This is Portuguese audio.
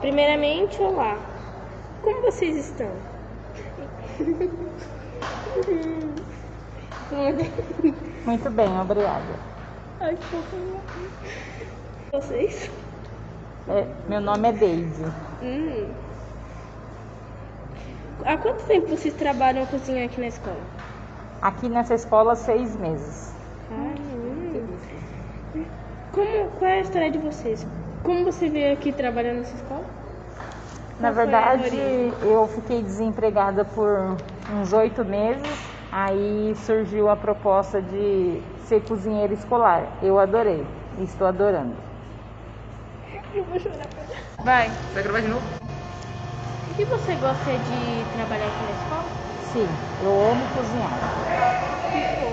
Primeiramente, olá. Como vocês estão? Muito bem, obrigada. Ai, que fofinho. Vocês? É, meu nome é Deide. Hum. Há quanto tempo vocês trabalham cozinha aqui na escola? Aqui nessa escola, seis meses. Ai, hum. Como, qual é a história de vocês? Como você veio aqui trabalhar nessa escola? Na Qual foi a verdade, origem? eu fiquei desempregada por uns oito meses. Aí surgiu a proposta de ser cozinheira escolar. Eu adorei e estou adorando. Eu vou chorar. Vai. Vai gravar de novo? E você gosta de trabalhar aqui na escola? Sim, eu amo cozinhar.